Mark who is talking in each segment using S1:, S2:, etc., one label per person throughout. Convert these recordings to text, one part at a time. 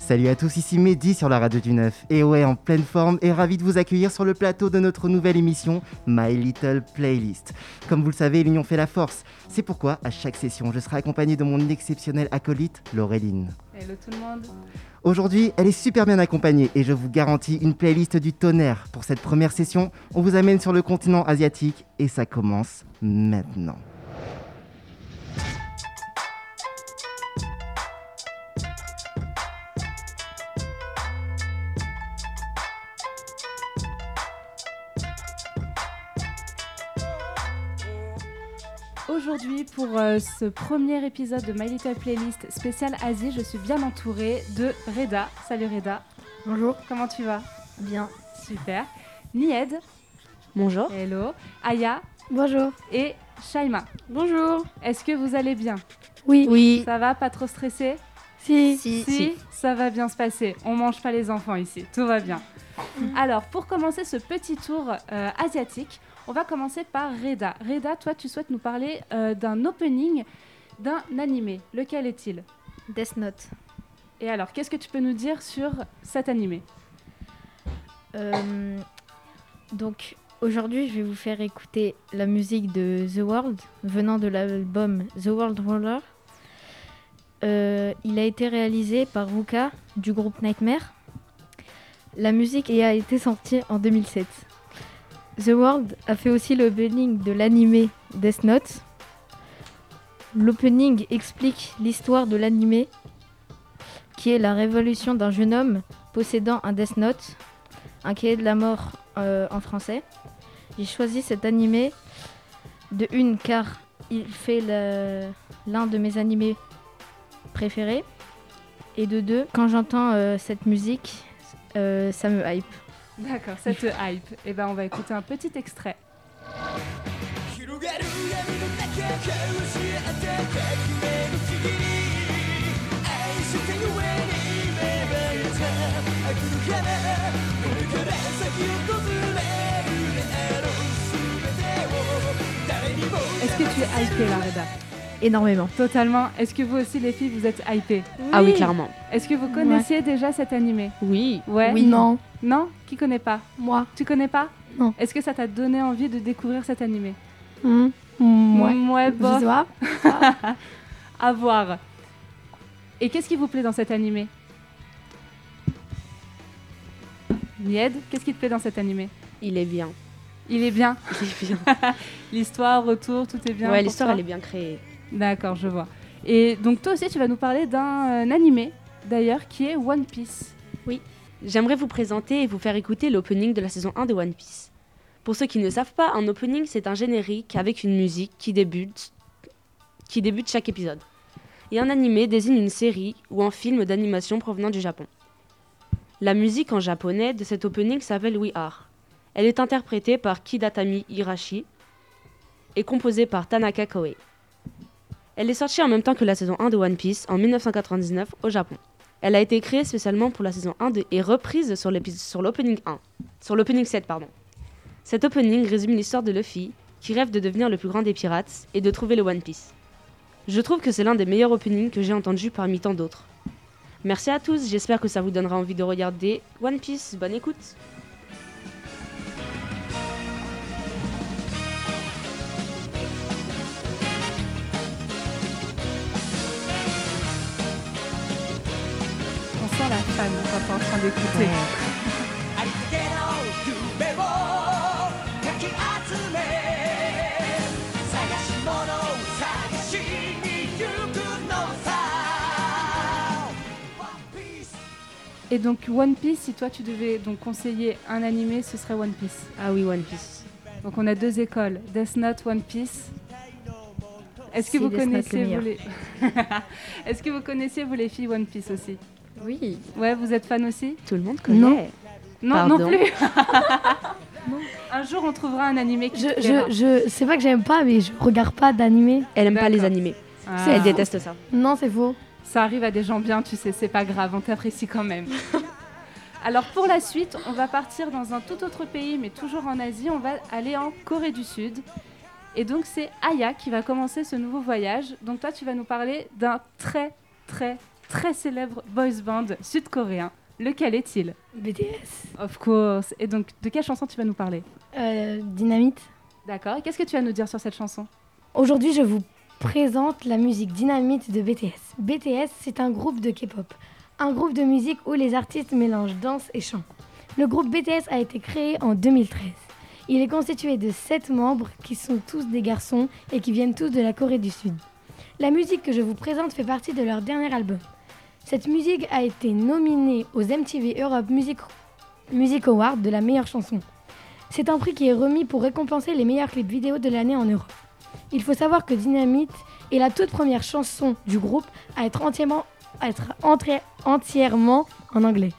S1: Salut à tous, ici Mehdi sur la radio du 9. Et ouais, en pleine forme et ravi de vous accueillir sur le plateau de notre nouvelle émission My Little Playlist. Comme vous le savez, l'union fait la force. C'est pourquoi, à chaque session, je serai accompagné de mon exceptionnel acolyte, Laureline.
S2: Hello tout le monde.
S1: Aujourd'hui, elle est super bien accompagnée et je vous garantis une playlist du tonnerre. Pour cette première session, on vous amène sur le continent asiatique et ça commence maintenant.
S2: Aujourd'hui, pour euh, ce premier épisode de My Little Playlist spécial Asie, je suis bien entourée de Reda. Salut Reda.
S3: Bonjour.
S2: Comment tu vas
S3: Bien.
S2: Super. Nied.
S4: Bonjour.
S2: Hello. Aya
S3: Bonjour.
S2: et Shaima.
S3: Bonjour.
S2: Est-ce que vous allez bien
S3: Oui.
S4: Oui.
S2: Ça va Pas trop stressé
S3: Si.
S4: Si.
S2: ça va bien se passer. On mange pas les enfants ici. Tout va bien. Alors, pour commencer ce petit tour euh, asiatique, on va commencer par Reda. Reda, toi, tu souhaites nous parler euh, d'un opening d'un animé. Lequel est-il
S3: Death Note.
S2: Et alors, qu'est-ce que tu peux nous dire sur cet animé
S3: Euh, donc aujourd'hui, je vais vous faire écouter la musique de The World venant de l'album The World Roller. Euh, il a été réalisé par Vuka du groupe Nightmare. La musique y a été sortie en 2007. The World a fait aussi l'opening de l'animé Death Note. L'opening explique l'histoire de l'animé, qui est la révolution d'un jeune homme possédant un Death Note un cahier de la mort euh, en français. J'ai choisi cet animé de une car il fait le- l'un de mes animés préférés. Et de deux, quand j'entends euh, cette musique, euh, ça me hype.
S2: D'accord, ça te hype. Eh ben, on va écouter un petit extrait.
S5: 広がる闇の中交わし合った革命の次に愛したゆえに芽生えた悪の花これから咲き訪れるであろう全てを誰にも
S2: Est-ce que tu es hypée là, Reda
S3: Énormément.
S2: Totalement. Est-ce que vous aussi, les filles, vous êtes hypées
S4: Ah oui, clairement.
S2: Est-ce que vous connaissiez déjà cet animé
S4: Oui.
S2: Ouais.
S3: Non.
S2: Non Qui connaît pas
S3: Moi.
S2: Tu connais pas
S3: Non.
S2: Est-ce que ça t'a donné envie de découvrir cet animé
S3: Hmm. Moi.
S2: Mm, Ouais, bof. À voir. Et qu'est-ce qui vous plaît dans cet animé Nied, qu'est-ce qui te plaît dans cet animé
S4: Il est bien.
S2: Il est bien.
S4: Il est bien.
S2: L'histoire, retour, tout est bien.
S4: ouais,
S2: pour
S4: l'histoire,
S2: toi
S4: elle est bien créée.
S2: D'accord, je vois. Et donc toi aussi, tu vas nous parler d'un euh, animé, d'ailleurs, qui est One Piece.
S4: J'aimerais vous présenter et vous faire écouter l'opening de la saison 1 de One Piece. Pour ceux qui ne savent pas, un opening, c'est un générique avec une musique qui débute, qui débute chaque épisode. Et un animé désigne une série ou un film d'animation provenant du Japon. La musique en japonais de cet opening s'appelle We Are. Elle est interprétée par Kidatami Hirashi et composée par Tanaka Koei. Elle est sortie en même temps que la saison 1 de One Piece en 1999 au Japon. Elle a été créée spécialement pour la saison 1 de- et reprise sur l'épis- sur l'opening 1, sur l'opening 7 pardon. Cet opening résume l'histoire de Luffy, qui rêve de devenir le plus grand des pirates et de trouver le One Piece. Je trouve que c'est l'un des meilleurs openings que j'ai entendu parmi tant d'autres. Merci à tous, j'espère que ça vous donnera envie de regarder One Piece. Bonne écoute.
S2: On sent la femme quand on est en train d'écouter.
S5: ありふけの夢をかき集め探し物を探しに行くのさ One Piece
S2: Et donc One Piece, si toi tu devais donc conseiller un animé, ce serait One Piece.
S4: Ah oui, One Piece.
S2: Donc on a deux écoles, Death Note, One Piece. Est-ce que
S3: Si,
S2: vous
S3: Death Note,
S2: connaissez
S3: le
S2: vous
S3: meilleur.
S2: les Est-ce que vous connaissez vous les filles One Piece aussi
S3: Oui.
S2: Ouais, vous êtes fan aussi
S4: Tout le monde connaît.
S3: connaît.
S2: Non, non
S4: Pardon.
S2: plus. un jour on trouvera un animé qui
S6: Je,
S2: te plaira.
S6: je, je- c'est pas que j'aime pas, mais je regarde pas d'animé.
S4: Elle aime pas les
S2: D'accord.
S4: animés.
S2: Ah.
S4: Elle déteste ça.
S6: Non, c'est faux.
S2: Ça arrive à des gens bien, tu sais, c'est pas grave, on t'apprécie quand même. Alors pour la suite, on va partir dans un tout autre pays, mais toujours en Asie, on va aller en Corée du Sud. Et donc c'est Aya qui va commencer ce nouveau voyage. Donc toi, tu vas nous parler d'un très, très, très célèbre boys band sud-coréen. Lequel est-il
S3: BTS.
S2: Of course. Et donc, de quelle chanson tu vas nous parler
S3: Euh, Dynamite.
S2: D'accord. Et Qu'est-ce que tu vas nous dire sur cette chanson
S3: Aujourd'hui, je vous présente la musique dynamite de BTS. BTS, c'est un groupe de K-pop, un groupe de musique où les artistes mélangent danse et chant. Le groupe BTS a été créé en 2013. Il est constitué de 7 membres qui sont tous des garçons et qui viennent tous de la Corée du Sud. La musique que je vous présente fait partie de leur dernier album. Cette musique a été nominée aux MTV Europe Music, Music Awards de la meilleure chanson. C'est un prix qui est remis pour récompenser les meilleurs clips vidéo de l'année en Europe. Il faut savoir que Dynamite est la toute première chanson du groupe à être entièrement, à être entré- entièrement en anglais.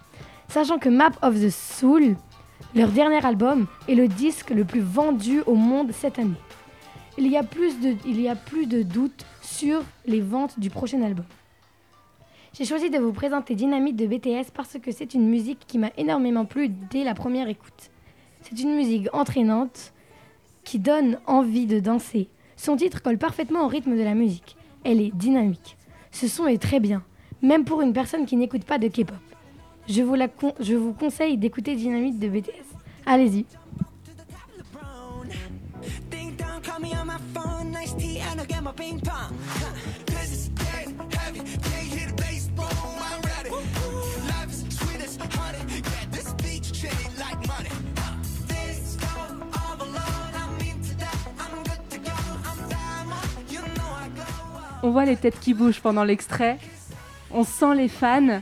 S3: Sachant que Map of the Soul, leur dernier album, est le disque le plus vendu au monde cette année. Il y a plus de, il y a plus de doutes sur les ventes du prochain album. J'ai choisi de vous présenter Dynamite de BTS parce que c'est une musique qui m'a énormément plu dès la première écoute. C'est une musique entraînante qui donne envie de danser. Son titre colle parfaitement au rythme de la musique. Elle est dynamique. Ce son est très bien, même pour une personne qui n'écoute pas de K-pop. Je vous, la con- je vous conseille d'écouter Dynamite de BTS. Allez-y.
S5: to the top of the brown. Ding dong, call me on my phone. Nice tea, and I'll get my ping pong. Huh. This is getting heavy. Can't hear the bass, boom, I'm ready. Life is sweet as honey. Yeah, this beach chain like money. Huh. This go all alone. I'm into that. I'm good to go. I'm diamond. You know I glow up.
S2: On voit les têtes qui bougent pendant l'extrait. On sent les fans.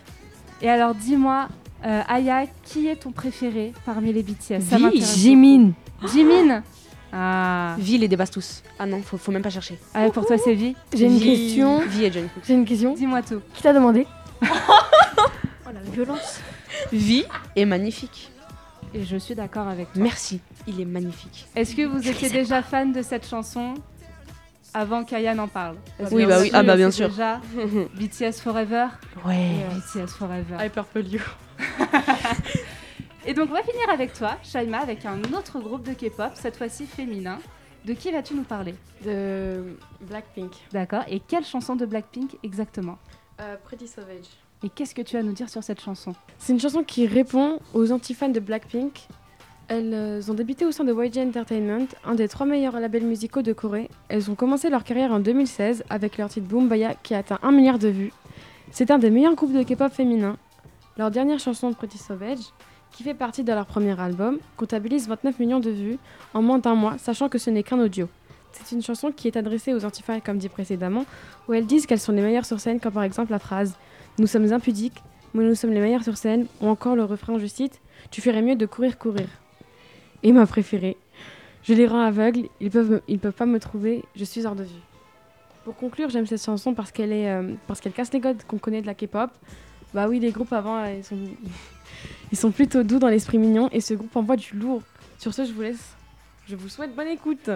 S2: Et alors, dis-moi, euh, Aya, qui est ton préféré parmi les BTS Ça
S4: Vi.
S2: m'intéresse.
S3: Jimin.
S2: Jimin Ah,
S4: Ville et débasse tous. Ah non, faut, faut même pas chercher.
S2: Ah, pour toi, c'est Vi.
S3: J'ai une
S4: Vi-
S3: question.
S4: Vi et Jungkook.
S3: J'ai une question.
S2: Dis-moi tout.
S3: Qui t'a demandé Oh la violence.
S4: Vi est magnifique.
S2: Et je suis d'accord avec toi.
S4: Merci. Il est magnifique.
S2: Est-ce que vous étiez déjà fan de cette chanson avant qu'Aya n'en parle Parce que
S4: Oui, bah oui.
S2: on
S4: Ah, bah,
S2: sait
S4: bien sûr.
S2: Déjà, BTS Forever.
S4: Ouais.
S2: BTS Forever.
S4: Hyper you.
S2: Et donc, on va finir avec toi, Shaima, avec un autre groupe de K-pop, cette fois-ci féminin. De qui vas-tu nous parler
S7: de Blackpink,
S2: D'accord. Et quelle chanson de Blackpink exactement
S7: euh, Pretty Savage.
S2: Et qu'est-ce que tu as à nous dire sur cette chanson
S7: C'est une chanson qui répond aux anti-fans de Blackpink. Elles euh, ont débuté au sein de YG Entertainment, un des trois meilleurs labels musicaux de Corée. Elles ont commencé leur carrière en 2016 avec leur titre Boom Baya qui a atteint 1 milliard de vues. C'est un des meilleurs groupes de K-pop féminin. Leur dernière chanson Pretty Savage, qui fait partie de leur premier album, comptabilise 29 millions de vues en moins d'un mois, sachant que ce n'est qu'un audio. C'est une chanson qui est adressée aux antifans comme dit précédemment, où elles disent qu'elles sont les meilleures sur scène, comme par exemple la phrase Nous sommes impudiques, mais nous sommes les meilleurs sur scène, ou encore le refrain, je cite, Tu ferais mieux de courir, courir. Et ma préférée, Je les rends aveugles, ils peuvent, me- ils peuvent pas me trouver, je suis hors de vue. Pour conclure, j'aime cette chanson parce qu'elle est, euh, parce qu'elle casse les codes qu'on connaît de la K-pop. Bah oui, les groupes avant, euh, ils sont, ils sont plutôt doux dans l'esprit mignon, et ce groupe envoie du lourd. Sur ce, je vous laisse. Je vous souhaite bonne écoute.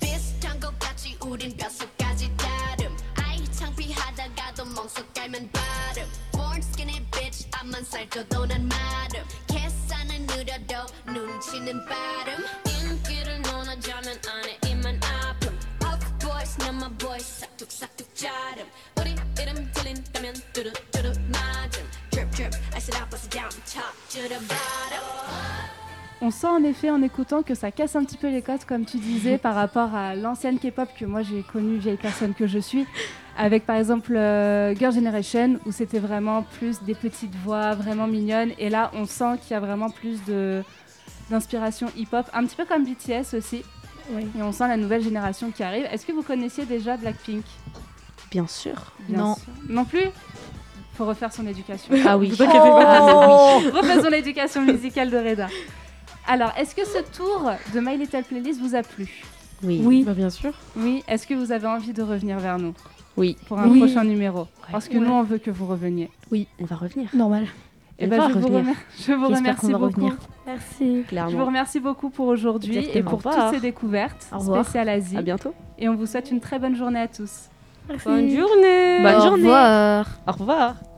S8: 비슷한 것 같이 우린 뼛속까지 다름 아이 창피하다가도 멍석 깔면 발음 Born skinny bitch 앞만 살쪄도 난 마름 계산은 느려도 눈치는 빠름 인기를 논하자면 안에 입만 아픔 Puff boys 남아 boys 싹둑싹둑 자름 우리 이름 들린다면 뚜루뚜루 맞음 Drip drip I sit up I sit down top to the bottom
S2: On sent en effet en écoutant que ça casse un petit peu les codes, comme tu disais, par rapport à l'ancienne K-pop que moi j'ai connue, vieille personne que je suis, avec par exemple euh, Girl Generation, où c'était vraiment plus des petites voix vraiment mignonnes. Et là, on sent qu'il y a vraiment plus de d'inspiration hip-hop, un petit peu comme BTS aussi.
S3: Oui.
S2: Et on sent la nouvelle génération qui arrive. Est-ce que vous connaissiez déjà Blackpink
S4: Bien sûr.
S2: Bien
S9: Non.
S2: sûr. Non plus Faut refaire son éducation.
S4: Ah oui.
S2: Oh. Refaisons l'éducation musicale de Reda. Alors, est-ce que ce tour de My Little Playlist vous a plu
S4: Oui.
S7: Bah, bien sûr.
S2: Oui. Est-ce que vous avez envie de revenir vers nous
S4: Oui.
S2: pour un
S3: Oui.
S2: prochain numéro Parce que nous, on veut que vous reveniez.
S4: Oui, on va revenir.
S3: Normal.
S2: Eh
S4: On
S2: ben,
S4: va
S2: je, vous
S4: revenir.
S2: remer- je vous
S9: J'espère
S2: remercie
S9: qu'on va
S2: beaucoup.
S9: revenir.
S3: Merci.
S2: Je vous
S4: Clairement.
S2: remercie beaucoup pour aujourd'hui et
S9: Exactement.
S2: pour
S4: Au revoir.
S2: toutes ces découvertes
S9: Au revoir.
S2: spéciales Asie.
S4: À bientôt.
S2: Et on vous souhaite une très bonne journée à tous.
S3: Merci.
S4: journée. Bonne
S9: Au
S4: journée.
S9: revoir.
S4: Au revoir.